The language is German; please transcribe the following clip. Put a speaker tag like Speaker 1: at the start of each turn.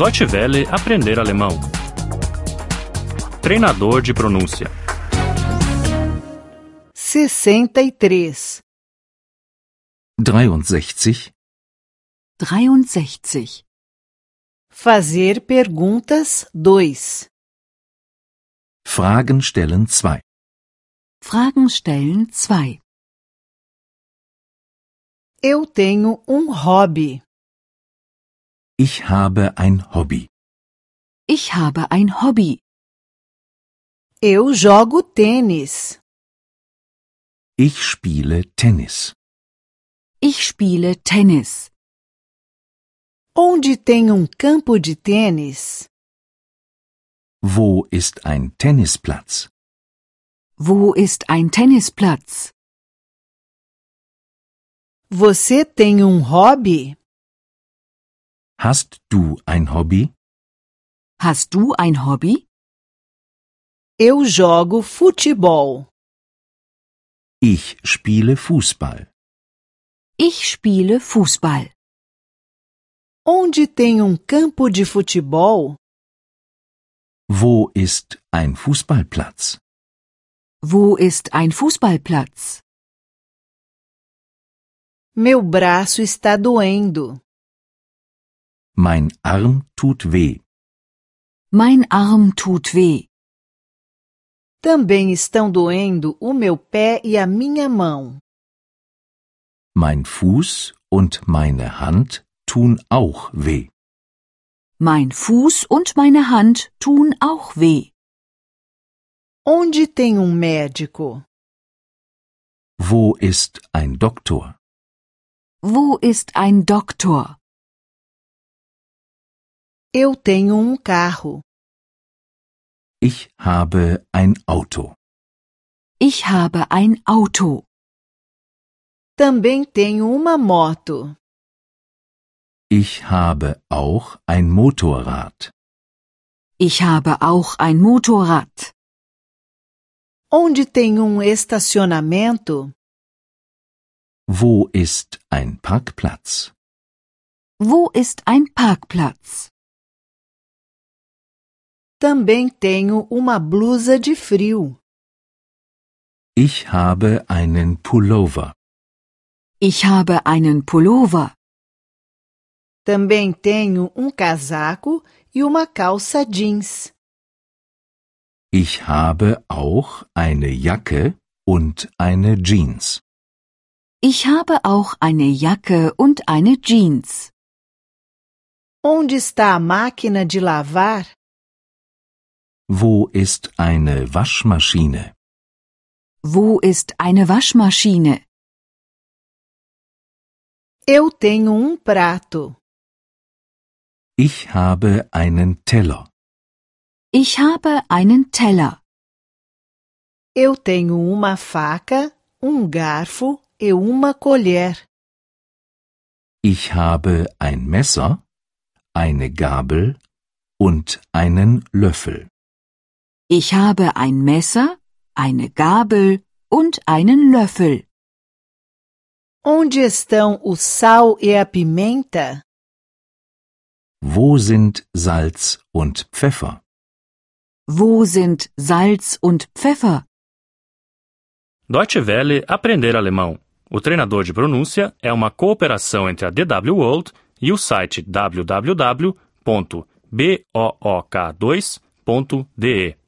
Speaker 1: Deutsche Welle aprender alemão. Treinador de pronúncia.
Speaker 2: 63.
Speaker 3: 63.
Speaker 4: 63.
Speaker 2: Fazer perguntas 2.
Speaker 3: Fragen stellen 2.
Speaker 4: Fragen stellen 2.
Speaker 2: Eu tenho um hobby.
Speaker 3: Ich habe ein Hobby.
Speaker 4: Ich habe ein Hobby.
Speaker 2: Eu jogo tênis.
Speaker 3: Ich spiele Tennis.
Speaker 4: Ich spiele Tennis.
Speaker 2: Onde tem um campo de tênis?
Speaker 3: Wo ist ein Tennisplatz?
Speaker 4: Wo ist ein Tennisplatz?
Speaker 2: Você tem um hobby?
Speaker 3: Hast du ein Hobby?
Speaker 4: Hast du ein Hobby?
Speaker 2: Eu jogo futebol.
Speaker 3: Ich spiele Fußball.
Speaker 4: Ich spiele Fußball.
Speaker 2: Onde tem um campo de futebol?
Speaker 3: Wo ist ein Fußballplatz?
Speaker 4: Wo ist ein Fußballplatz?
Speaker 2: Meu braço está doendo.
Speaker 3: Mein Arm tut weh.
Speaker 4: Mein Arm tut weh.
Speaker 2: Também estão doendo o meu pé e a minha mão.
Speaker 3: Mein Fuß und meine Hand tun auch weh.
Speaker 4: Mein Fuß und meine Hand tun auch weh.
Speaker 2: Onde tem um médico?
Speaker 3: Wo ist ein Doktor?
Speaker 4: Wo ist ein Doktor?
Speaker 2: Eu tenho um carro.
Speaker 3: Ich habe ein Auto.
Speaker 4: Ich habe ein Auto.
Speaker 2: Também tenho uma moto.
Speaker 3: Ich habe auch ein Motorrad.
Speaker 4: Ich habe auch ein Motorrad.
Speaker 2: Onde tem um estacionamento?
Speaker 3: Wo ist ein Parkplatz?
Speaker 4: Wo ist ein Parkplatz?
Speaker 2: Também tenho uma blusa de frio.
Speaker 3: Ich habe einen Pullover.
Speaker 4: Ich habe einen Pullover.
Speaker 2: Também tenho um casaco e uma calça jeans.
Speaker 3: Ich habe auch eine Jacke und eine Jeans.
Speaker 4: Ich habe auch eine Jacke und eine Jeans.
Speaker 2: Onde está a máquina de lavar?
Speaker 3: Wo ist eine Waschmaschine?
Speaker 4: Wo ist eine Waschmaschine?
Speaker 2: Eu tenho um prato.
Speaker 3: Ich habe einen Teller.
Speaker 4: Ich habe einen Teller.
Speaker 2: Eu tenho uma faca, um garfo e uma colher.
Speaker 3: Ich habe ein Messer, eine Gabel und einen Löffel.
Speaker 4: Ich habe ein Messer, eine Gabel und einen Löffel.
Speaker 2: Onde estão o sal e a pimenta?
Speaker 3: Wo sind Salz und Pfeffer?
Speaker 4: Wo sind Salz und Pfeffer?
Speaker 1: Deutsche Welle aprender alemão. O treinador de pronúncia é uma cooperação entre a DW World e o site www.book2.de.